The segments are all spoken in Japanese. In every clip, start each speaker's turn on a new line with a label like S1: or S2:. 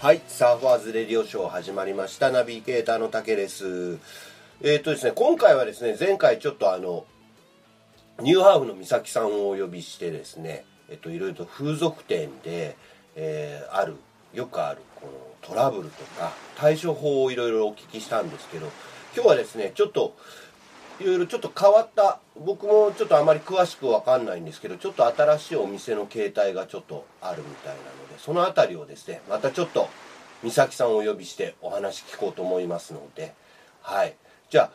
S1: はい、サーファーズレディオショー始まりました。ナビゲーターの竹です。えっ、とですね、今回はですね、前回ちょっとあの、ニューハーフの美咲さんをお呼びしてですね、えっと、いろいろと風俗店で、えーある、よくある、このトラブルとか、対処法をいろいろお聞きしたんですけど、今日はですね、ちょっと、いろいろちょっと変わった、僕もちょっとあまり詳しくわかんないんですけど、ちょっと新しいお店の形態がちょっとあるみたいなので、そのあたりをですね、またちょっと、美咲さんをお呼びしてお話聞こうと思いますので、はい。じゃあ、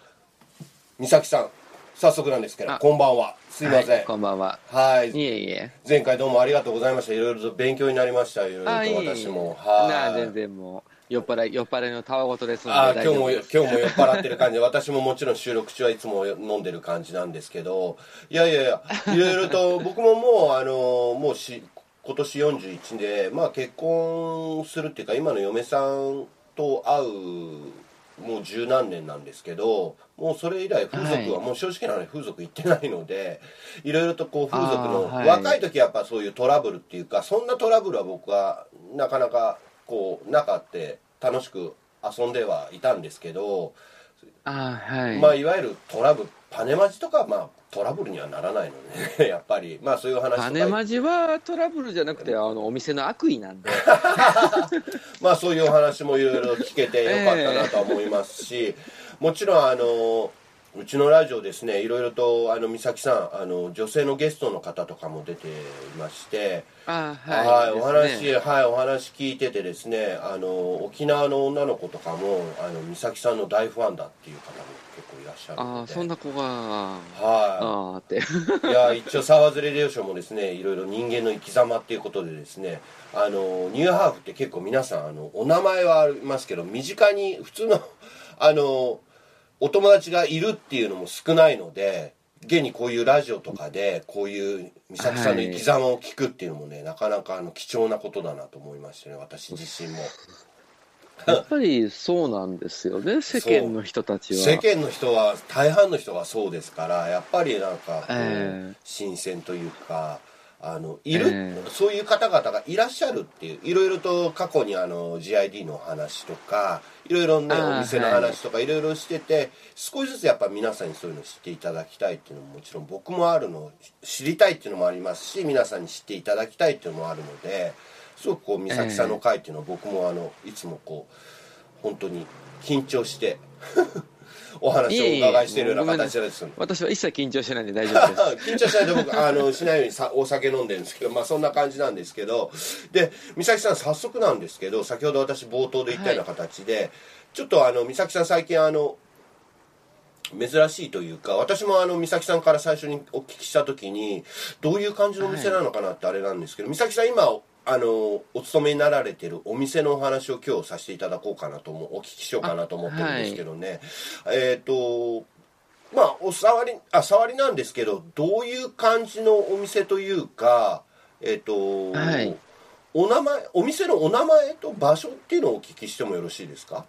S1: 美咲さん、早速なんですけど、
S2: あ
S1: こんばんは。すいませ
S2: は
S1: ん。
S2: こんばんは。
S1: はい。
S2: いえいえ。
S1: 前回どうもありがとうございました。いろいろと勉強になりました。いろ
S2: あ、い
S1: い
S2: え
S1: ろ
S2: い
S1: と
S2: え
S1: 私も。
S2: なあ、
S1: は
S2: 全
S1: い。
S2: 然もう、酔っ払い、酔っ払いのたわごとですので
S1: あ
S2: 大
S1: ー今
S2: 丈
S1: 日も
S2: 夫
S1: 今
S2: です。
S1: 日も酔っ払ってる感じで私ももちろん収録中はいつも飲んでる感じなんですけどいやいやいやいろいろと 僕ももうあのもうし今年41で、まあ、結婚するっていうか今の嫁さんと会うもう十何年なんですけどもうそれ以来風俗は
S2: は
S1: もう正直な話風俗行ってないのでいろいろとこう風俗の
S2: あーはい
S1: 若い時やっぱそういうトラブルっていうかそんなトラブルは僕はなかなかこう中って楽しく遊んではいたんですけど、
S2: あーはい。
S1: まあいわゆるトラブルパネマジとかはまあトラブルにはならないので、ね、 やっぱりまあそういう話とか
S2: パネマジはトラブルじゃなくて、あの、お店の悪意なんで。
S1: まあそういうお話もいろいろ聞けてよかったなとは思いますし、もちろんあのうちのラジオですねいろいろとあの美咲さんあの女性のゲストの方とかも出ていまして、
S2: あー
S1: はい、
S2: はい。
S1: お
S2: です
S1: 話、
S2: ね
S1: はいお話聞いててですねあの沖縄の女の子とかもあの美咲さんの大ファンだっていう方も結構いらっしゃる
S2: あ
S1: の
S2: あ、
S1: で
S2: そんな子が、
S1: はい
S2: ああ って。
S1: いや一応沢連れレーションもですねいろいろ人間の生き様っていうことでですねあのニューハーフって結構皆さんあのお名前はありますけど身近に普通の あのお友達がいるっていうのも少ないので現にこういうラジオとかでこういう美咲さんの生き様を聞くっていうのもね、なかなかあの貴重なことだなと思いましてね私自身も
S2: やっぱりそうなんですよね、世間の人たちは。
S1: 世間の人は大半の人がそうですからやっぱりなんかこう、
S2: ええ
S1: 新鮮というかあのいる、
S2: ええ
S1: そういう方々がいらっしゃるっていういろいろと過去にあの GID の話とかいろいろね
S2: あー
S1: お店の話とかいろいろしてて、少しずつやっぱ皆さんにそういうの知っていただきたいっていうのももちろん僕もあるの知りたいっていうのもありますし皆さんに知っていただきたいっていうのもあるのですごくこう美咲さんの会っていうのは僕もあのいつもこう本当に緊張して お話をお伺いしているような形です
S2: 私は一切緊張してないんで大丈夫です。
S1: 緊張しないで僕あのしないようにさ お酒飲んでるんですけどまあそんな感じなんですけどで美咲さん早速なんですけど先ほど私冒頭で言ったような形で、ちょっとあの美咲さん最近あの珍しいというか私もあの美咲さんから最初にお聞きした時にどういう感じのお店なのかなってあれなんですけど、美咲さん今あのお勤めになられてるお店のお話を今日させていただこうかなと思うお聞きしようかなと思ってるんですけどね、えっ、とまあお触りあ触りなんですけどどういう感じのお店というかえっ、と、
S2: はい
S1: お名前お店のお名前と場所っていうのをお聞きしてもよろしいですか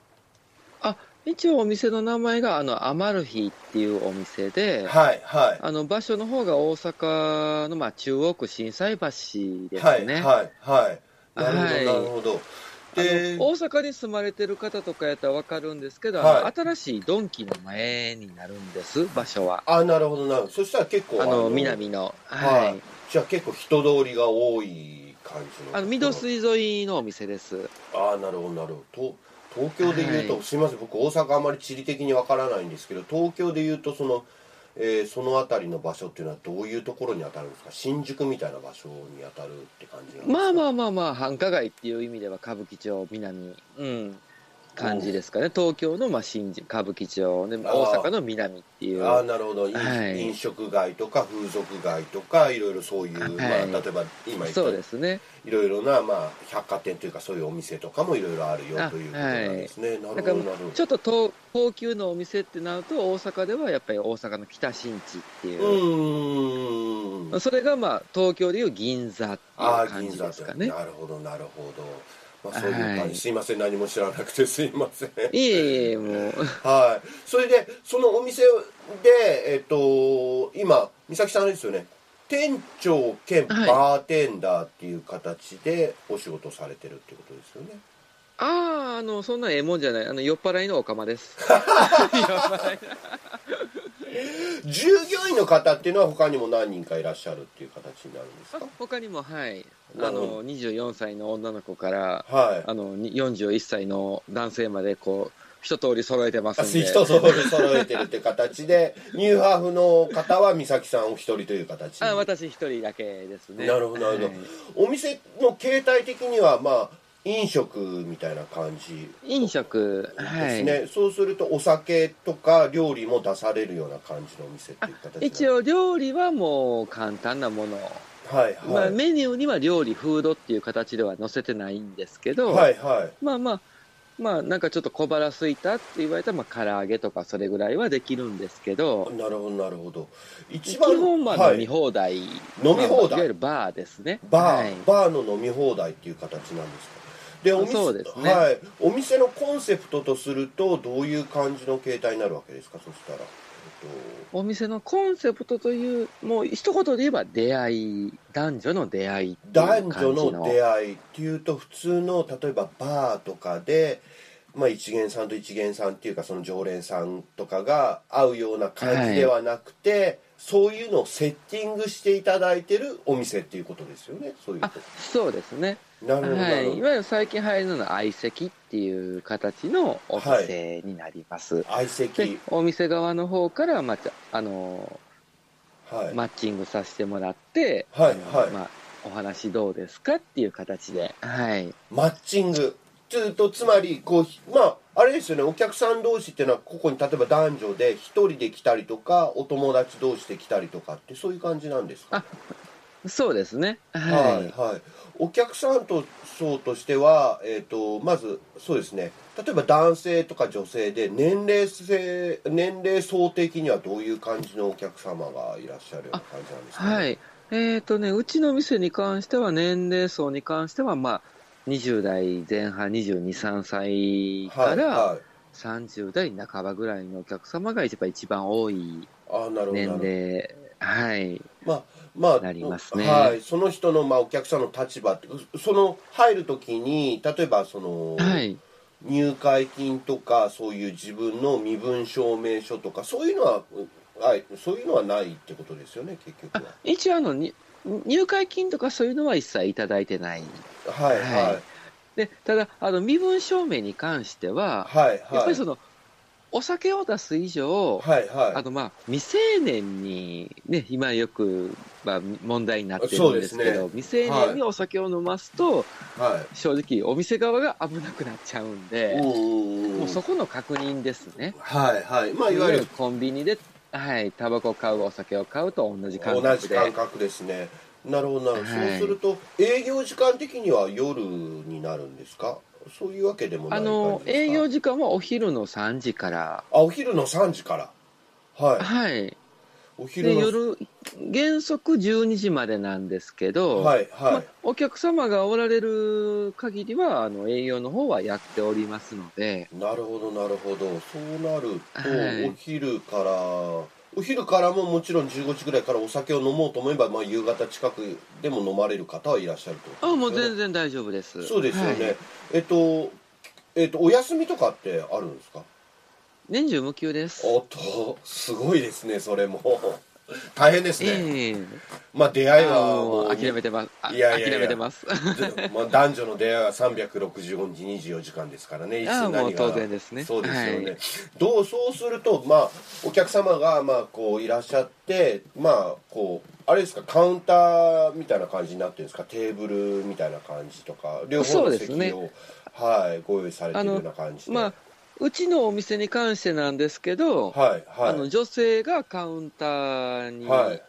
S2: あ、一応お店の名前が、あの、アマルヒっていうお店で、
S1: はいはい
S2: あの場所の方が大阪のまあ中央区心斎橋で
S1: は
S2: す
S1: い
S2: ね、
S1: はいはいな
S2: はい
S1: るほどなるほどで
S2: あの大阪に住まれてる方とかやったら分かるんですけど、
S1: はい
S2: あの新しいドンキの前になるんです、場所は。
S1: あなるほどなるほどそしたら結構
S2: あの南の、
S1: はい、
S2: はい、
S1: じゃあ結構人通りが多い感じの
S2: あの御堂筋沿いのお店です。
S1: ああなるほどなるほどと東京で言うと、
S2: はい
S1: すいません僕大阪あまり地理的にわからないんですけど東京で言うとその、えーその辺りの場所っていうのはどういうところに当たるんですか新宿みたいな場所に当たるって感じなんですか
S2: まあま
S1: あ
S2: あまあまあ、繁華街っていう意味では歌舞伎町南、うん、感じですかね、東京のまあ新宿歌舞伎町で、
S1: あ
S2: 大阪の南っていう。
S1: あーなるほど、飲
S2: はい
S1: 飲食街とか風俗街とかいろいろそういう、まあ、
S2: はい
S1: 例えば今言った
S2: そうですね。
S1: いろいろな、まあ、百貨店というかそういうお店とかもいろいろあるよということなんですね、なるほどなるほど
S2: ちょっと高高級のお店ってなると大阪ではやっぱり大阪の北新地って
S1: う
S2: いう、
S1: ーん
S2: それがまあ東京でいう銀座ってい
S1: ああ
S2: う感
S1: 銀
S2: じ
S1: 座
S2: で
S1: っ
S2: す
S1: て
S2: かね
S1: なるほどなるほど、まあ、そういう感じ、
S2: はい
S1: すいません何も知らなくてすいません
S2: いえいえもう
S1: はいそれでそのお店でえっと今美咲さんあれですよね店長兼
S2: はい
S1: バーテンダーっていう形でお仕事をされてるってことですよね、
S2: ああ、あの、そんなええもんじゃない。あの、酔っ払いのおかまです。 酔っ払い
S1: 従業員の方っていうのは他にも何人かいらっしゃるっていう形になるんです
S2: あ
S1: か
S2: 他にも、はい。
S1: な
S2: あ
S1: るほど
S2: の、24歳の女の子から、
S1: はい
S2: あの、に41歳の男性まで、こう、一通り揃えてますんで。
S1: 一揃え揃えてるって形でニューハーフの方は美咲さんお一人という形に
S2: あ私一人だけですね。
S1: なるほどなるほど、
S2: はい
S1: お店の形態的にはまあ飲食みたいな感じ
S2: 飲食、は
S1: です
S2: い。
S1: ね、そうするとお酒とか料理も出されるような感じのお店っていう形
S2: 一応料理はもう簡単なもの、
S1: はいはい、
S2: まあ、メニューには料理フードっていう形では載せてないんですけど、
S1: はいはい
S2: まあまあまあなんかちょっと小腹空いたって言われたらまあ唐揚げとかそれぐらいはできるんですけど
S1: なるほどなるほど一
S2: 基
S1: 番
S2: 本は飲
S1: は
S2: み
S1: い、
S2: 放題、
S1: 飲み放題
S2: まあいわゆるバーですね
S1: バー、
S2: はい
S1: バーの飲み放題っていう形なんですかでお店
S2: そうですね
S1: はい、お店のコンセプトとするとどういう感じの形態になるわけですかそしたら、え
S2: お店のコンセプトというもう一言で言えば出会い男女の出会いってい
S1: っ
S2: う
S1: と、
S2: 感
S1: 男
S2: じ
S1: 女の出会いっていうと普通の例えばバーとかで、まあ、一元さんと一元さんっていうかその常連さんとかが会うような感じではなくて、そういうのをセッティングしていただいてるお店っていうことですよねそういうこ
S2: あそうですね
S1: となるほど、な
S2: は
S1: るほ
S2: い、い
S1: ど
S2: わゆる最近流行るのが相席っていう形のお店になります、
S1: 相
S2: で
S1: 席
S2: お店側の方からまたあの
S1: はい、
S2: マッチングさせてもらって、
S1: はい
S2: あの
S1: はい
S2: まあ、お話どうですかっていう形で、はい、
S1: マッチングちょっとつまりこうひまああれですよねお客さん同士っていうのはここに例えば男女で一人で来たりとかお友達同士で来たりとかってそういう感じなんですか
S2: そうですね、
S1: は
S2: はいい
S1: はい、お客さんと層としては、えー、とまずそうですね例えば男性とか女性で年齢性年齢層的にはどういう感じのお客様がいらっしゃるような感じなんですか、
S2: はいえーとね、うちの店に関しては年齢層に関しては、まあ、20代前半22、3歳か
S1: はい
S2: ら
S1: はい
S2: 30代半ばぐらいのお客様がやっぱ一番多い
S1: あーなるほどなる
S2: 年
S1: ほど
S2: 齢、はい、
S1: まあまあ、
S2: なりますね
S1: はい、その人の、まあ、お客さんの立場ってその入るときに例えばその、
S2: はい、
S1: 入会金とかそういう自分の身分証明書とかそういうのは、はい、そういうのはないってことですよね結局は。
S2: 一応あのに入会金とかそういうのは一切いただいてない
S1: はいはい
S2: はいでただあの身分証明に関しては、
S1: はいはい
S2: やっぱりそのお酒を出す以上、
S1: はいは
S2: あ
S1: い
S2: のまあ未成年に、ね、今よく、まあ、問題になってるんですけ
S1: そ
S2: ど未成年にお酒を飲ますと、
S1: は
S2: 正直お店側が危なくなっちゃう
S1: い
S2: んで、
S1: うんうんう
S2: も
S1: ん
S2: うそこの確認ですね、
S1: はいはいまあいわゆる
S2: コンビニで、はい、タバコを買うお酒を買うと同じ感
S1: 同
S2: 覚
S1: じ
S2: で
S1: 感覚ですねなるほどなるほど、
S2: はい
S1: そうすると営業時間的には夜になるんですかそういうわけでもない
S2: あ
S1: 感じ
S2: の
S1: ですか
S2: 営業時間はお昼の3時から
S1: あお昼の3時からはい
S2: はい、
S1: お昼
S2: で
S1: の
S2: 夜、原則12時までなんですけど、
S1: はいはい、
S2: まあお客様がおられる限りはあの営業の方はやっておりますので、
S1: なるほどなるほどそうなると、
S2: はい
S1: お昼からお昼からももちろん15時ぐらいからお酒を飲もうと思えば、まあ、夕方近くでも飲まれる方はいらっしゃると
S2: あもう
S1: 然
S2: 全然大丈夫です。
S1: そうですよね、
S2: はい
S1: えっと、えっと、お休みとかってあるんですか
S2: 年中無休です。
S1: おっとすごいですねそれ も大変ですね、
S2: ええ
S1: まあ出会い
S2: あ
S1: はも
S2: の
S1: う
S2: 諦めてます。あ
S1: いやいやいや
S2: 諦めて ます。
S1: まあ、男女の出会いは365日24時間ですからねいつ
S2: あ
S1: 何
S2: あ
S1: が
S2: もう当然ですね
S1: そうですよね、
S2: はい
S1: どうそうするとまあお客様がまあこういらっしゃってまあこうあれですかカウンターみたいな感じになってるんですかテーブルみたいな感じとか両方の席
S2: そ
S1: を、
S2: うです
S1: はいご用意されてるような感じで、
S2: まあうちのお店に関してなんですけど、
S1: はいはい
S2: あの女性がカウンターに
S1: はい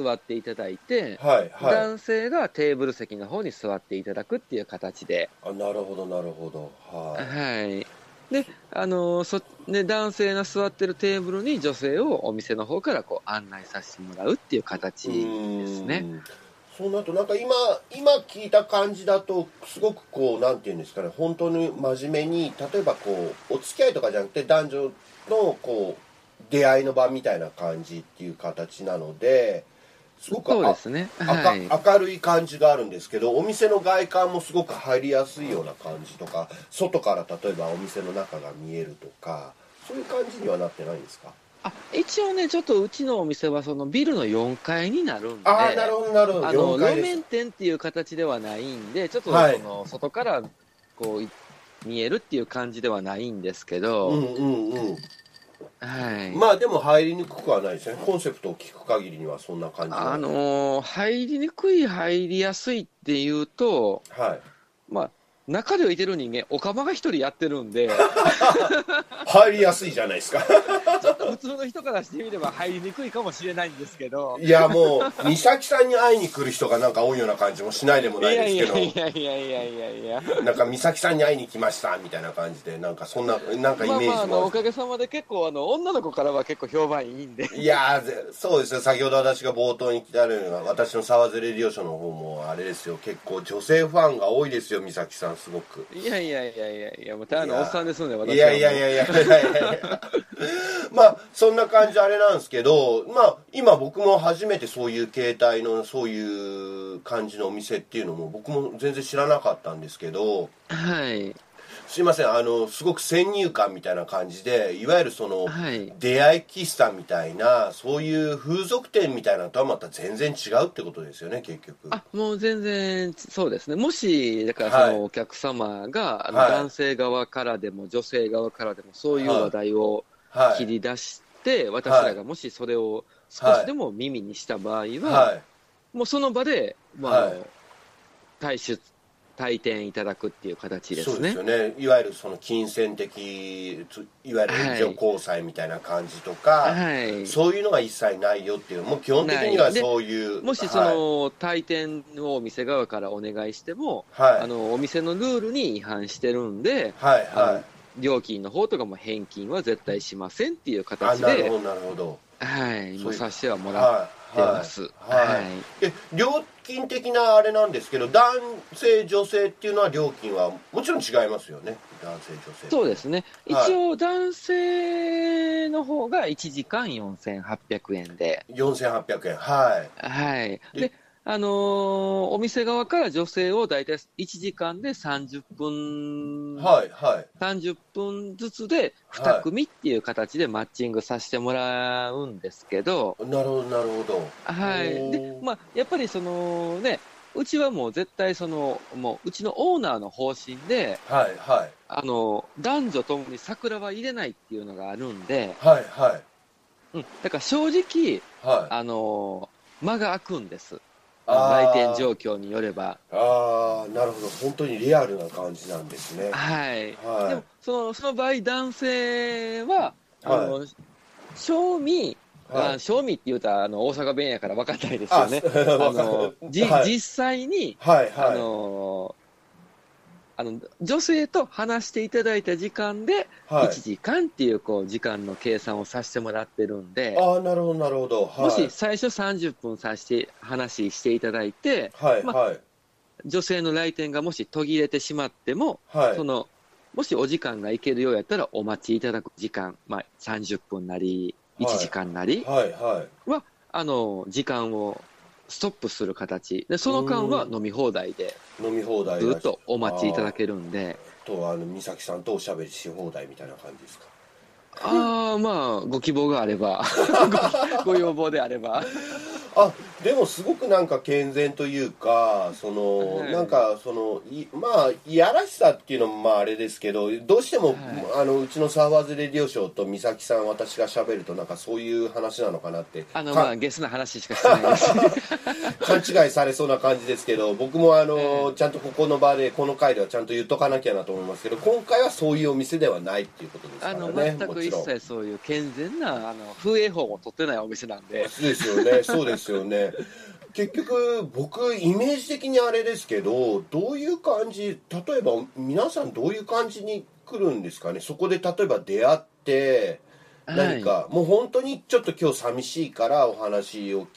S2: 座っていただいて、
S1: はいはい
S2: 男性がテーブル席の方に座っていただくっていう形で、
S1: あなるほどなるほどはい
S2: はい。で、あのーそ、ね、男性が座ってるテーブルに女性をお店の方からこう案内させてもらうっていう形です
S1: う
S2: ね。
S1: んそうなるとなんか今今聞いた感じだとすごくこうなんていうんですかね本当に真面目に例えばこうお付き合いとかじゃなくて男女のこう出会いの場みたいな感じっていう形なのですごくあ
S2: そうですね。
S1: 赤
S2: はい。
S1: 明るい感じがあるんですけどお店の外観もすごく入りやすいような感じとか外から例えばお店の中が見えるとかそういう感じにはなってないんですか
S2: あ、一応ね、ちょっとうちのお店はそのビルの4階になるんで。
S1: ああ、なるほどなるほど
S2: あの
S1: 4階で
S2: 路
S1: す
S2: 面店っていう形ではないんで、ちょっと
S1: はい
S2: その外からこうい見えるっていう感じではないんですけど、
S1: うんうん
S2: はい
S1: うん、まあでも入りにくくはないですねコンセプトを聞く限りにはそんな感じ
S2: あのー入りにくい、入りやすいっていうと、
S1: はい
S2: まあ、中で浮いてる人間、おかまが一人やってるん で、
S1: 入りやすいじゃないですか
S2: ちょっと普通の人からしてみれば入りにくいかもしれないんですけど、
S1: いやもう美咲さんに会いに来る人がなんか多いような感じもしないでも
S2: い
S1: ない
S2: や
S1: です
S2: い
S1: け
S2: や
S1: ど
S2: いやいやいやいやいや。
S1: なんか美咲さんに会いに来ましたみたいな感じでなんかそんななんかイメー
S2: まあ
S1: ジも
S2: まあ、あ
S1: る
S2: のおかげさまで結構あの、女の子からは結構評判いいんで、
S1: いやーぜそうですね先ほど私が冒頭に来たるような私の沢ズレリオショーの方もあれですよ結構女性ファンが多いですよ美咲さんすごく
S2: いやいやいやいやいや、もうただ
S1: い
S2: の
S1: や
S2: おっさんですので、私はもう
S1: いやいやいやいやいやいやいやまあそんな感じあれなんですけどまあ今僕も初めてそういう形態のそういう感じのお店っていうのも僕も全然知らなかったんですけど
S2: はい。
S1: すいませんあのすごく先入観みたいな感じでいわゆるその、
S2: はい。
S1: 出会い喫茶みたいなそういう風俗店みたいなのとはまた全然違うってことですよね結局
S2: あ、もう全然、そうですね。もし、だから
S1: はい
S2: そのお客様が、あの
S1: はい
S2: 男性側からでも女性側からでも、そういう話題を
S1: は
S2: 切
S1: い
S2: り出して、私らがもしそれを少しでも耳にした場合は、
S1: はい
S2: もうその場で、まあ、
S1: はい
S2: 退出、退店いただくっていう形で
S1: そ
S2: す
S1: うで
S2: ね
S1: す。よねいわゆるその金銭的ついわゆる
S2: はい
S1: 女交際みたいな感じとか、
S2: はい。
S1: そういうのが一切ないよっていうもう基本的に
S2: な
S1: はい
S2: で
S1: そういう
S2: もしそ
S1: はい
S2: の退店をお店側からお願いしても、
S1: はい
S2: あのお店のルールに違反してるんで、
S1: はい
S2: あ
S1: は
S2: の
S1: い
S2: 料金の方とかも返金は絶対しませんっていう
S1: あ
S2: 形
S1: なる
S2: で
S1: ほ、どなるほど
S2: はい、
S1: そういう
S2: もう差しはもらっ
S1: はい
S2: て
S1: は
S2: ます。
S1: いはい、え料金的なあれなんですけど男性女性っていうのは料金はもちろん違いますよね男性女性
S2: そうですね、一
S1: はい
S2: 応、男性の方が1時間4800円で、
S1: 4800円はい
S2: はい、
S1: で
S2: で、あのーお店側から女性を大体1時間で30分、
S1: はいはい
S2: 30分ずつで
S1: はい
S2: 2組っていう形でマッチングさせてもらうんですけど、
S1: なるほどなるほど
S2: はい。
S1: おー
S2: で、まあ、やっぱりそのね、うちはもう絶対その、もううちのオーナーの方針で、
S1: はいはい
S2: あの、男女ともに桜は入れないっていうのがあるんで、
S1: はいはい
S2: うん。だから正直、
S1: はい
S2: あの、間が空くんです。
S1: あー
S2: 来店状況によれば。
S1: ああなるほど本当にリアルな感じなんですね
S2: はい。で
S1: は
S2: も、その、その場合男性は、あの、賞味、
S1: いは
S2: あ
S1: い
S2: 賞味って言うたら、あの、大阪弁やから分かんないですよね。
S1: あ
S2: あ
S1: わか
S2: の
S1: る、
S2: じ、
S1: はい
S2: 実際に、
S1: はい
S2: あ
S1: は
S2: のーあの女性と話していただいた時間で、
S1: いはい
S2: 1時間っていうこう時間の計算をさせてもらってるんで、
S1: ああなるほどなるほどはい
S2: もし最初30分さして話していただいて、
S1: はい
S2: ま
S1: はい
S2: 女性の来店がもし途切れてしまっても、
S1: はい
S2: そのもしお時間がいけるようやったら、お待ちいただく時間、まあ、30分なり、
S1: はい
S2: 1時間なり、
S1: はいはい
S2: あの時間をストップする形で、その間は飲み放題で、
S1: 飲み放題
S2: ず
S1: だし
S2: っとお待ちいただけるんで。
S1: あーとあの美咲さんとおしゃべりし放題みたいな感じですか
S2: ああ、まあ、ご希望があ れば、ごご要望であれば。
S1: あでもすごくなんか健全というかその、
S2: はい
S1: なんかそのいまあいやらしさっていうのもまああれですけどどうしても、
S2: はい
S1: あのうちのサーバーズレディオショーと美咲さん私が喋るとなんかそういう話なのかなって
S2: あの、
S1: か
S2: まあ、ゲスな話しかしてないです。
S1: 勘違いされそうな感じですけ ど僕もあの、
S2: え
S1: ちゃんとここの場でこの回ではちゃんと言っとかなきゃなと思いますけど今回はそういうお店ではないっていうことですか
S2: あ
S1: ら
S2: の、
S1: ね
S2: 全
S1: も
S2: く
S1: ち
S2: 一
S1: ろん。
S2: 切そういう健全な、あの、風営法を取ってないお店なんで。
S1: ですよね、そうですよね。結局僕イメージ的にあれですけどどういう感じ例えば皆さんどういう感じに来るんですかねそこで例えば出会って何か、
S2: は
S1: もう本当にちょっと今日寂しいからお話を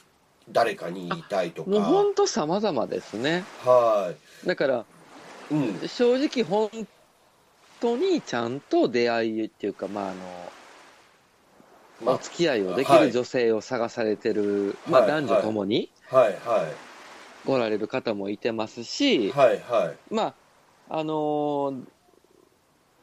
S1: 誰かに言いたいと
S2: い。もう
S1: か
S2: 本当様々ですね。
S1: は
S2: だから、
S1: い、うん、
S2: 正直本当にちゃんと出会いっていうか、まあ、あの、
S1: まあ
S2: お付き合いをできる女性を探されてる、まあ、
S1: はい
S2: 男女ともに
S1: はいは
S2: おられる方もいてます
S1: い
S2: し、
S1: はいはい
S2: まああの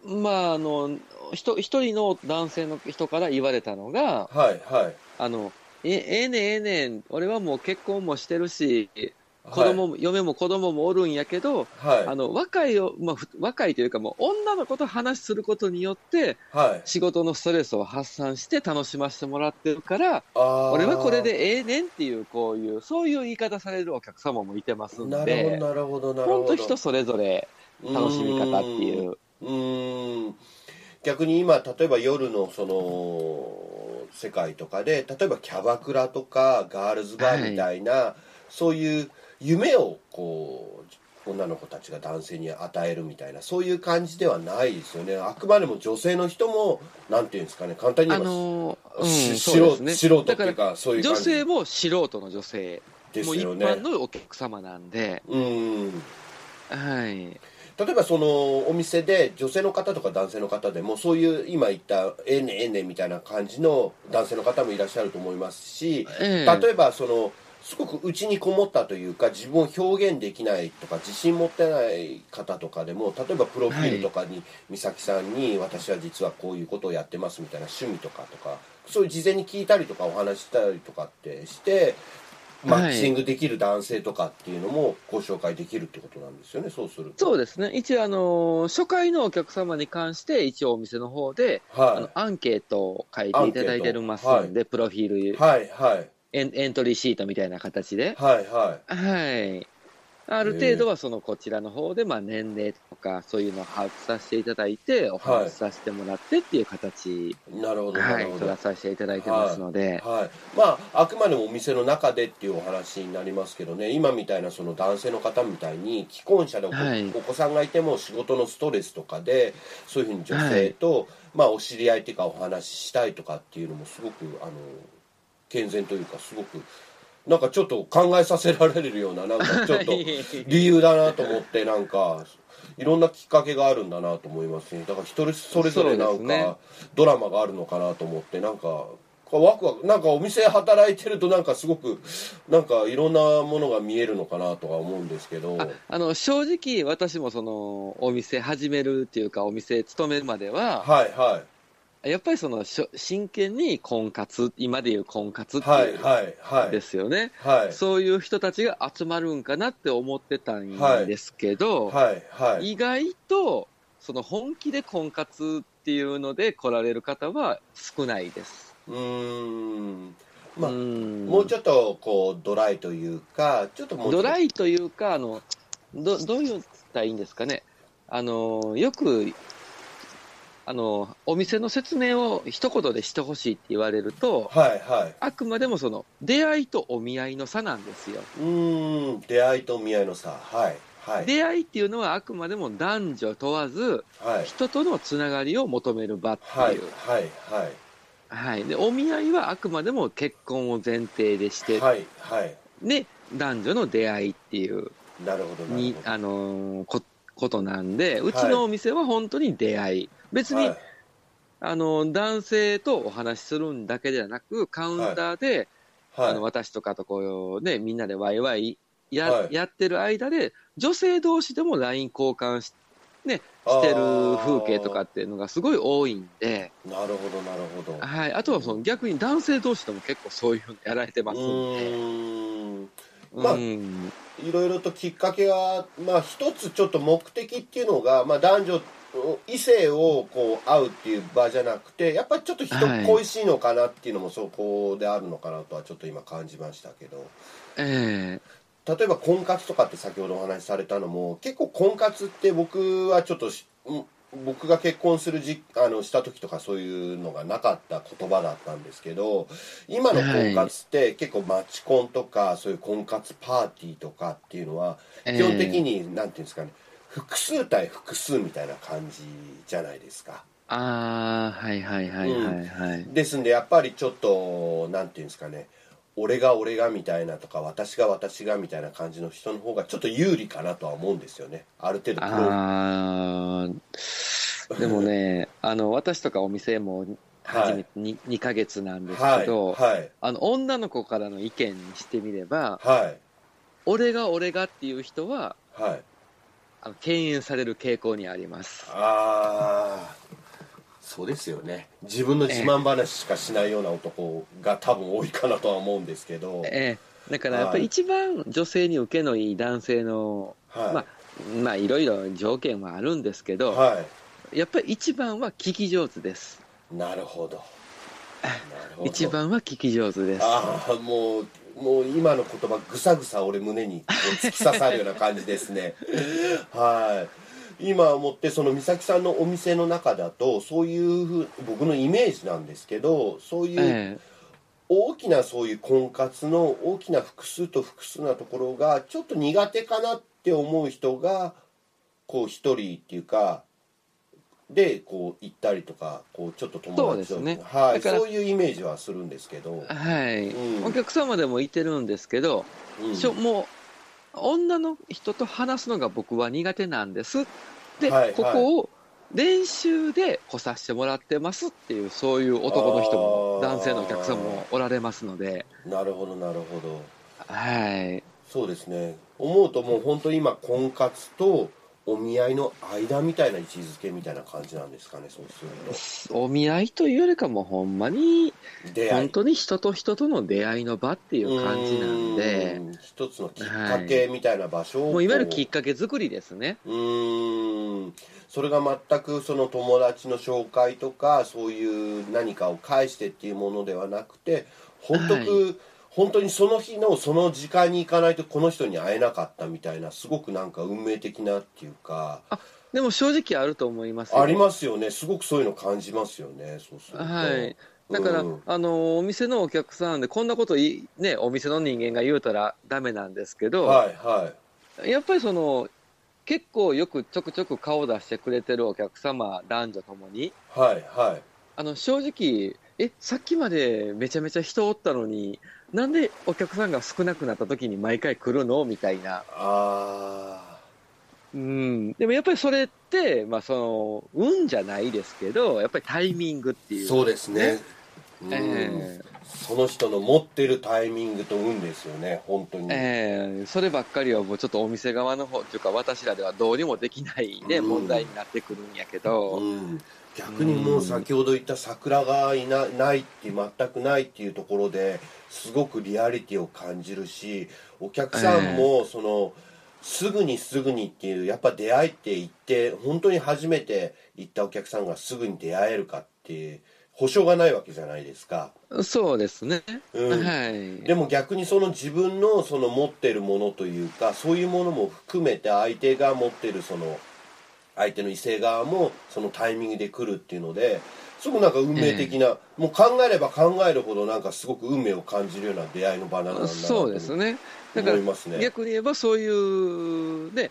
S2: ーまああのひと一人の男性の人から言われたのが
S1: はいはい
S2: あのえええねんええねん俺はもう結婚もしてるし
S1: はい
S2: 子供も、嫁も子供もおるんやけど、
S1: はい
S2: あの若いを、まあ、ふ若いというかもう女の子と話することによって
S1: はい
S2: 仕事のストレスを発散して楽しませてもらってるから
S1: あー
S2: 俺はこれでええねんっていうこういうそういう言い方されるお客様もいてますん
S1: な
S2: で
S1: るほどなるほどなる
S2: 本
S1: ほ
S2: 当
S1: ど
S2: 人それぞれ楽しみ方っていう
S1: うーん逆に今例えば夜のその世界とかで例えばキャバクラとかガールズバーみたいな、そういう夢をこう女の子たちが男性に与えるみたいなそういう感じではないですよねあくまでも女性の人もなんていうんですかね簡単に
S2: あ
S1: 言えば、
S2: のー、
S1: し
S2: うん、
S1: 素
S2: そう
S1: 人
S2: です
S1: 素
S2: ね
S1: 人って
S2: だか
S1: いう
S2: ら
S1: かそういう感
S2: 女
S1: じ
S2: 性も素人の女性、
S1: で
S2: もう
S1: す
S2: 一
S1: よね
S2: 般のお客様なんで、
S1: うん
S2: はい、
S1: 例えばそのお店で女性の方とか男性の方でもそういう今言った「ええねええね」みたいな感じの男性の方もいらっしゃると思いますし
S2: ええ
S1: 例えばそのすごく内にこもったというか自分を表現できないとか自信持ってない方とかでも例えばプロフィールとかに美咲さんに「私は実はこういうことをやってます」みたいな趣味とかとかそういう事前に聞いたりとかお話ししたりとかってして。マ
S2: はい
S1: ッチングできる男性とかっていうのもご紹介できるってことなんですよね、そうすると。
S2: そうですね、一応、あのー初回のお客様に関して、一応お店の方で、
S1: はい、
S2: あのアンケートを書いていただいてるます
S1: アンケ
S2: ん
S1: ー
S2: で、プロフィール、
S1: はいはい
S2: エン、エントリーシートみたいな形で、
S1: はいはい
S2: はい、ある程度はそのこちらの方で、まあ、年齢とか、そういうのを把握させていただいて、お話しさせてもらってっていう形、
S1: なるほどな
S2: は
S1: る
S2: い、
S1: ほど、
S2: 取
S1: は
S2: らさせていただいてますので
S1: い。まああくまでもお店の中でっていうお話になりますけどね今みたいなその男性の方みたいに既婚者でお,、
S2: はい
S1: お子さんがいても仕事のストレスとかでそういうふうに女性と、まあ、お知り合いっていうかお話ししたいとかっていうのもすごくあの健全というかすごくなんかちょっと考えさせられるようななんかちょっ と理由だなと思ってなんかいろんなきっかけがあるんだなと思いますねだから一人それぞれな
S2: そ
S1: ん
S2: うで
S1: か、
S2: すね
S1: ドラマがあるのかなと思ってなんかワクワクなんかお店働いてるとなんかすごくなんかいろんなものが見えるのかなとは思うんですけど
S2: ああの正直、私もそのお店始めるっていうか、お店勤めるまでは、
S1: はいは
S2: やっぱりそのしょ真剣に婚活、今でいう婚活
S1: い
S2: って
S1: はい
S2: いう、
S1: はいはい
S2: ですよね、
S1: はい
S2: そういう人たちが集まるんかなって思ってたんですけど、
S1: はいはい
S2: 意外とその本気で婚活っていうので来られる方は少ないです。
S1: うーんまあも
S2: も
S1: うちょっとこうドライというかちょっともうちょ
S2: ド
S1: っと
S2: ライというか、あの、ど、どう言ったらいいんですかね。あの、よく、あの、お店の説明を一言でしてほしいって言われると、
S1: はいはい
S2: あくまでもその、出会いとお見合いの差なんですよ。
S1: うーん出会いと見合いの差はいはい
S2: 出会いっていうのはあくまでも男女問わず、
S1: はい
S2: 人とのつながりを求める場って
S1: はいはい
S2: いう。
S1: はい
S2: はい。で、お見合いはあくまでも結婚を前提でして、
S1: はいはい
S2: で、男女の出会いっていう。
S1: なるほどなる
S2: に
S1: ほ、ど
S2: あのーこことなんで、うち
S1: はい
S2: のお店は本当に出会い、別に、
S1: はい
S2: あのー男性とお話しするんだけではなく、カウンターで、
S1: はい
S2: あの私とかとこう、ね、みんなでワイワイや,、
S1: はい
S2: やってる間で、女性同士でも LINE 交換ししてる風景とかっていうのがすごい多いんで、
S1: あーなるほどなるほどう
S2: はい、あとはその逆に男性同士でも結構そういうのやられてますんで。
S1: ーんまあ
S2: うん
S1: いろいろときっかけはまあ一つちょっと目的っていうのが、まあ、男女異性をこう会うっていう場じゃなくてやっぱりちょっと人
S2: はい
S1: 恋しいのかなっていうのもそこであるのかなとはちょっと今感じましたけど
S2: ええ
S1: 例えば婚活とかって先ほどお話しされたのも結構婚活って僕はちょっとしん僕が結婚するじあのした時とかそういうのがなかった言葉だったんですけど今の婚活って結構マチコンとかそういう婚活パーティーとかっていうのは
S2: ええ
S1: 基本的になんていうんですかね複数対複数みたいな感じじゃないですか。
S2: ああ、はいはいはいはいはい。
S1: ですんでやっぱりちょっとなんていうんですかね俺が俺がみたいなとか私が私がみたいな感じの人の方がちょっと有利かなとは思うんですよねある程度プロ
S2: あーでもね、あの私とかお店も、
S1: はい
S2: 始めて 2,、二ヶ月なんです
S1: は
S2: け
S1: い
S2: ど、
S1: はい
S2: あの女の子からの意見にしてみれば、
S1: はい
S2: 俺が俺がっていう人は、
S1: はい
S2: あの敬遠される傾向にあります。
S1: ああそうですよね自分の自慢話しかしないような男が多分多いかなとは思うんですけど、
S2: ええ、だからやっぱり
S1: はい
S2: 一番女性に受けのいい男性の、
S1: はい、
S2: ままあいろいろ条件はあるんですけど、
S1: は
S2: やっぱり一番は聞き上手です。
S1: いなるほどなるほど
S2: 一番は聞き上手です。
S1: ああもうもう今の言葉ぐさぐさ俺胸にこう突き刺さるような感じです ねはい今思ってその美咲さんのお店の中だとそういうふう僕のイメージなんですけどそういう
S2: え
S1: 大きなそういう婚活の大きな複数と複数なところがちょっと苦手かなって思う人がこう一人っていうかでこう行ったりとかこうちょっと友達と
S2: そうですね
S1: はい、
S2: だから
S1: そういうイメージはするんですけど
S2: え、はい、
S1: うん
S2: お客様でもいてるんですけど、
S1: うん
S2: しょもう女の人と話すのが僕は苦手なんですで、
S1: はい
S2: ここを練習で来させてもらってますっていうそういう男の人も
S1: あー
S2: 男性のお客様もおられますので
S1: なるほどなるほど
S2: はい
S1: そうですね思うともう本当に今婚活とお見合いの間みたいな位置づけみたいな感じなんですかねそうする
S2: お見合いというよりかもほんまに
S1: と出会
S2: 本
S1: い
S2: 当に人と人との出会いの場っていう感じなんで
S1: うーん一つのきっかけみたいな場所を、
S2: もういわゆるきっ
S1: こ
S2: かけ作りですね
S1: ううーんそれが全くその友達の紹介とかそういう何かを介してっていうものではなくて本当く、
S2: は
S1: 本当にその日のその時間に行かないとこの人に会えなかったみたいなすごくなんか運命的なっていうか
S2: でも正直あると思いますよ
S1: ありますよねすごくそういうの感じますよねそうすると
S2: はい、だから、
S1: うん
S2: あのお店のお客さんでこんなことい、ね、お店の人間が言うたらダメなんですけど、
S1: はいは
S2: やっぱりその結構よくちょくちょく顔出してくれてるお客様男女ともに
S1: いはいはい
S2: あの正直えさっきまでめちゃめちゃ人おったのになんでお客さんが少なくなった時に毎回来るのみたいな、
S1: あ
S2: うん、でもやっぱりそれって、まあ、その運じゃないですけどやっぱりタイミングってい
S1: ー
S2: う
S1: そうですねうん
S2: ええ
S1: その人の持ってるタイミングと運ですよね本当に、
S2: ええそればっかりはもうちょっとお店側の方というか私らではどうにもできないね、
S1: うん
S2: 問題になってくるんやけど、
S1: うん、逆にもう先ほど言った桜がいなないって全くないっていうところですごくリアリティを感じるしお客さんもその、すぐにすぐにっていうやっぱ出会いって言って本当に初めて行ったお客さんがすぐに出会えるかっていう保証がないわけじゃないですか。
S2: そうですね、
S1: うん
S2: はい
S1: でも逆にその自分のその持ってるものというかそういうものも含めて相手が持ってるその相手の異性側もそのタイミングで来るっていうのですごくなんか運命的な、もう考えれば考えるほどなんかすごく運命を感じるような出会いの場なんだなと
S2: そう
S1: 思
S2: ですねだから
S1: いますね。
S2: 逆に言えばそういうね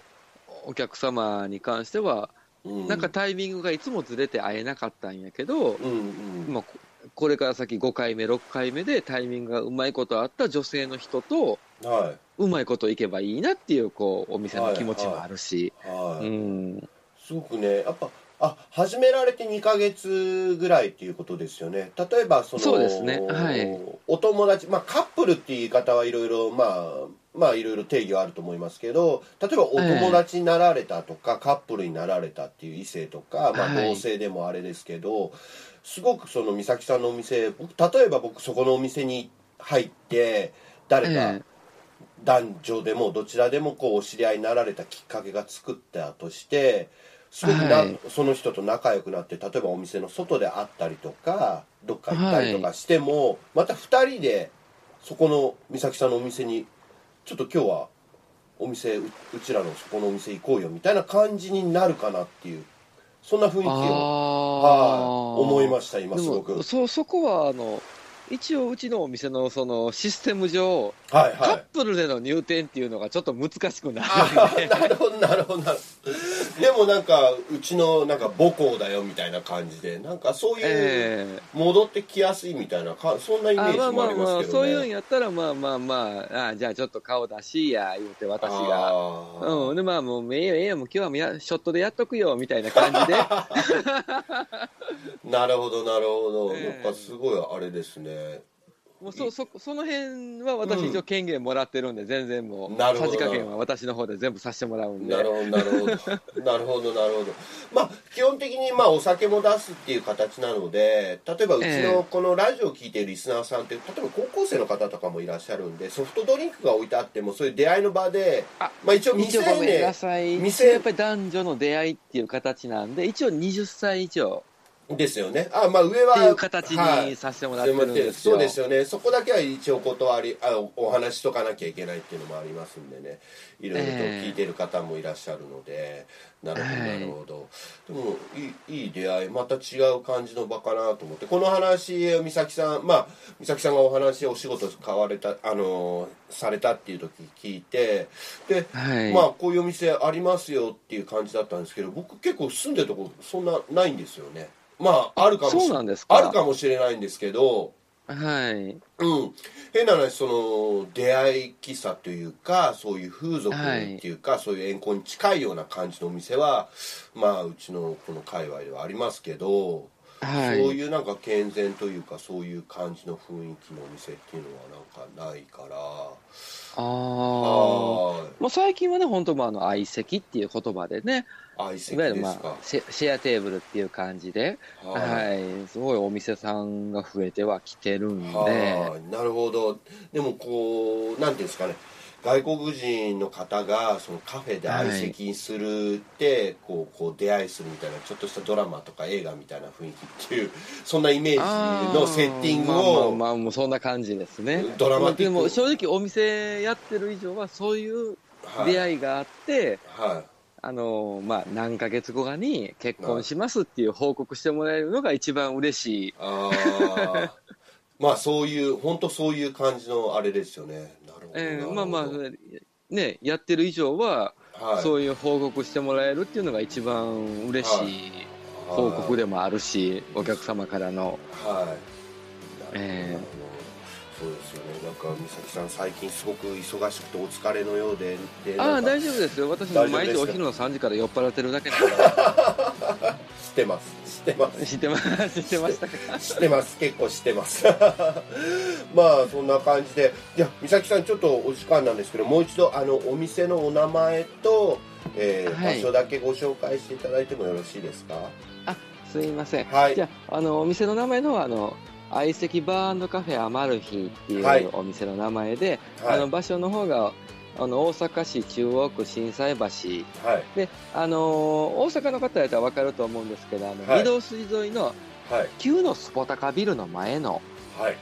S2: お客様に関しては、
S1: う
S2: なんかタイミングがいつもずれて会えなかったんやけど、
S1: うんうん
S2: まあ、ここれから先5回目6回目でタイミングがうまいことあった女性の人と
S1: は
S2: うまいこといけばいいなっていうこうお店の気持ちもあるし、
S1: いはい、
S2: うん
S1: すごくねやっぱあ始められて2ヶ月ぐらいっていうことですよね例えばその
S2: そうですねはい
S1: お友達、まあ、カップルっていう言い方はいろいろまあまあいろいろ定義はあると思いますけど例えばお友達になられたとか、カップルになられたっていう異性とか、まあ、
S2: はい
S1: 同性でもあれですけど、すごくその美咲さんのお店僕例えば僕そこのお店に入って誰か、
S2: ええ
S1: 男女でもどちらでもこうお知り合いになられたきっかけが作ったとしてすごくな、
S2: はい
S1: その人と仲良くなって例えばお店の外で会ったりとかどっか行ったりとかしても、また2人でそこの美咲さんのお店にちょっと今日はお店ううちらのそこのお店行こうよみたいな感じになるかなっていうそんな雰囲気を
S2: あ
S1: はい思いま
S2: し
S1: した今
S2: です
S1: ごく
S2: も。そそこはあの一応うちのお店のそのシステム上、
S1: はい
S2: カ
S1: は
S2: ッ
S1: い
S2: プルでの入店っていうのがちょっと難しくなる
S1: あー なるほどなるほどなるほどでもなんかうちのなんか母校だよみたいな感じでなんかそういう
S2: ええ
S1: 戻ってきやすいみたいなかそんなイメー
S2: あ
S1: ジ
S2: まあ
S1: も
S2: ま
S1: あ
S2: あ
S1: り
S2: ま
S1: ま
S2: あ、
S1: すけ
S2: そ
S1: ど
S2: ういうん
S1: ね
S2: やったら、まあまあまあ、あじゃあちょっと顔出しや、言うて、私が。
S1: あー
S2: うん、で、まあもう、ええよ、ええよ、もう今日はもうやショットでやっとくよ、みたいな感じ で。
S1: なるほどなるほど、
S2: ええ
S1: なんかすごいあれですね
S2: もうそそその辺は私一応権限もらってるんで、全然もう
S1: なるほ
S2: さ
S1: ど
S2: じ加減は私の方で全部させてもらうんで
S1: なるほどなるほどなるほどなるほどまあ基本的にまあお酒も出すっていう形なので例えばうち
S2: ええ
S1: のこのラジオを聞いてるリスナーさんって例えば高校生の方とかもいらっしゃるんでソフトドリンクが置いてあってもそういう出会いの場で
S2: あ
S1: まあ一応未
S2: 一応
S1: 成
S2: ごめんな
S1: 年
S2: さい
S1: 未成
S2: やっぱり男女の出会いっていう形なんで一応20歳以上
S1: ですよねあまあ上
S2: ってい
S1: は
S2: う形
S1: はい
S2: にさせてもらってるんですよ、
S1: そうですよねそこだけは一応お断りあおお話しとかなきゃいけないっていうのもありますんでねいろいろと聞いてる方もいらっしゃるので、なるほど
S2: はい
S1: なるほど、でもいいいい出会いまた違う感じの場かなと思ってこの話美咲さんまあ美咲さんがお話お仕事買われたあのされたっていう時聞いてで、
S2: はい
S1: まあこういうお店ありますよっていう感じだったんですけど僕結構住んでるとこそんなないんですよねまああるかもしれ
S2: そうなんですか
S1: あるかもしれないんですけど
S2: はい
S1: うん、変な話その出会い喫茶というかそういう風俗っていうか、そういう遠行に近いような感じのお店はまあうちのこの界隈ではありますけど、
S2: はい
S1: そういうなんか健全というかそういう感じの雰囲気のお店っていうのはなんかないから
S2: あ
S1: あ
S2: あ
S1: は
S2: もう最近はね本当もうあの相席っていう言葉で
S1: ーい
S2: ね
S1: 相
S2: い
S1: 席
S2: わゆる
S1: で
S2: ます
S1: か
S2: あ、シェシェアテーブルっていう感じではいすごいお店さんが増えてはきてるんで
S1: はいなるほどでもこうなんていうんですかね外国人の方がそのカフェで相席するって、こうこう出会いするみたいなちょっとしたドラマとか映画みたいな雰囲気っていうそんなイメージのセッティングを、
S2: まあまあまあもうそんな感じですね
S1: ドラマティック
S2: まあでも正直お店やってる以上はそういう
S1: はい
S2: 出会いがあって、
S1: は
S2: あのまあ何ヶ月後かに結婚しますっていう報告してもらえるのが一番嬉しい
S1: い、あー まあそういう本当そういう感じのあれですよねなるほど、
S2: えー
S1: な
S2: まあ
S1: るほ
S2: ま
S1: ど
S2: あねやってる以上は、
S1: はい、
S2: そういう報告してもらえるっていうのが一番嬉し
S1: はい
S2: 報告でもあるし、お客様からの
S1: はい。
S2: ええ
S1: そうですよね。なんか美咲さん最近すごく忙しくてお疲れのようで、で
S2: あ
S1: な
S2: あ
S1: んか
S2: 大丈夫ですよ私も毎
S1: 大
S2: 日
S1: 丈夫
S2: お
S1: です
S2: 昼
S1: か
S2: の3時から酔っ払ってるだけなん
S1: 知
S2: で
S1: ってます。知ってます。
S2: 知ってます知 ってましたか
S1: 知ってます。結構知ってます。 まあそんな感じで、じゃあ美咲さんちょっとお時間なんですけど、もう一度あのお店のお名前と、えー
S2: はい
S1: 場所だけご紹介していただいてもよろしいですか。
S2: すいません、
S1: はい
S2: じゃああのお店の名前の方はあの相席バーカフェアマルヒってい
S1: はいう
S2: お店の名前で、
S1: は
S2: あ
S1: い
S2: の場所の方があの大阪市中央区心斎橋
S1: はい
S2: で、あのー大阪の方やったら分かると思うんですけどあの、
S1: はい
S2: 御堂筋沿いの
S1: はい
S2: 旧のスポタカビルの前の、
S1: はい。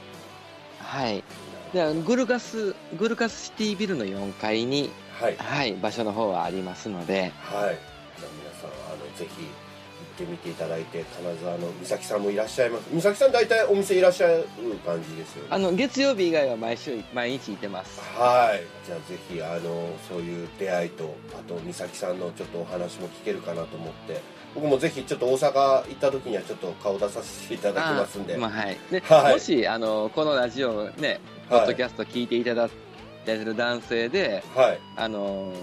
S2: はい、であのグルガスグルガスシティビルの4階に、
S1: はい
S2: はい、場所の方はありますので。
S1: はい。じゃあ皆さんあのぜひ行ってみていただいて金沢の美咲さんもいらっしゃいます。美咲さん大体お店いらっしゃる感じですよ
S2: あ
S1: ね。
S2: の月曜日以外は毎週毎日いてます。
S1: はい。じゃあぜひあのそういう出会いとあと美咲さんのちょっとお話も聞けるかなと思って、僕もぜひちょっと大阪行った時にはちょっと顔出させていただきますんで。
S2: あーまあはい。で、
S1: はい
S2: もし、あの、このラジオね、ポ
S1: はい
S2: ッドキャスト聞いていただいてる男性で、
S1: はい
S2: あのー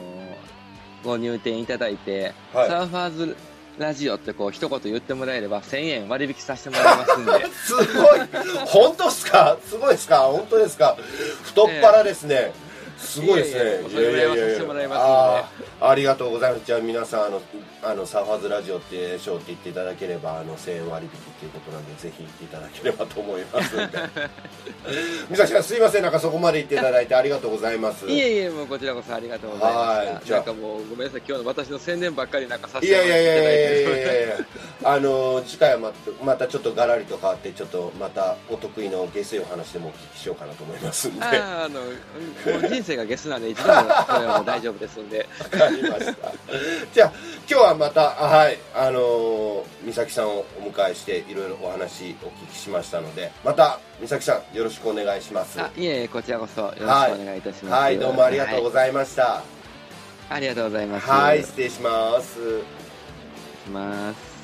S2: ご入店いただいて、サ
S1: は
S2: ーファーズラジオってこう、一言言ってもらえれば、1000円割引させてもらいますんで。
S1: い。すごい本当ですかすごいですか本当ですか太っ腹ですね、すごいですね
S2: いやいやそれぐらいはさせてもらいますので
S1: あーありがとうございますじゃあ皆さんあのあのサーファーズラジオって賞って言っていただければあの1000円割引っていうことなんでぜひ行っていただければと思います んで美咲さんすいませんなんかそこまで言っていただいてありがとうございます
S2: いえいえ、もうこちらこそありがとうござい
S1: は
S2: ま
S1: い
S2: し
S1: じ
S2: た。
S1: ゃあ
S2: なんかもう、ごめんなさい、今日の私の宣伝ばっかりなんかさせ
S1: い
S2: ても
S1: や
S2: ら
S1: い
S2: っていた
S1: や
S2: だい
S1: いやいやい
S2: て。
S1: やいやいやあの次回はまたまたちょっとガラリと変わってちょっとまたお得意の下水お話でもお聞きしようかなと思いますんで
S2: あーあの、もう人生がゲスなんで、一度の声はもう大丈夫ですんで。
S1: わかりました。じゃあ、今日はまた、あはい、あのー美咲さんをお迎えして、いろいろお話お聞きしましたので、また、美咲さん、よろしくお願いします。
S2: あ、いえいえ、こちらこそよろしくお願いいたします。
S1: はい、どうもありがとうご
S2: ざい
S1: ざいました。
S2: ます。ありがとうございます。
S1: はい、失礼します。
S2: します。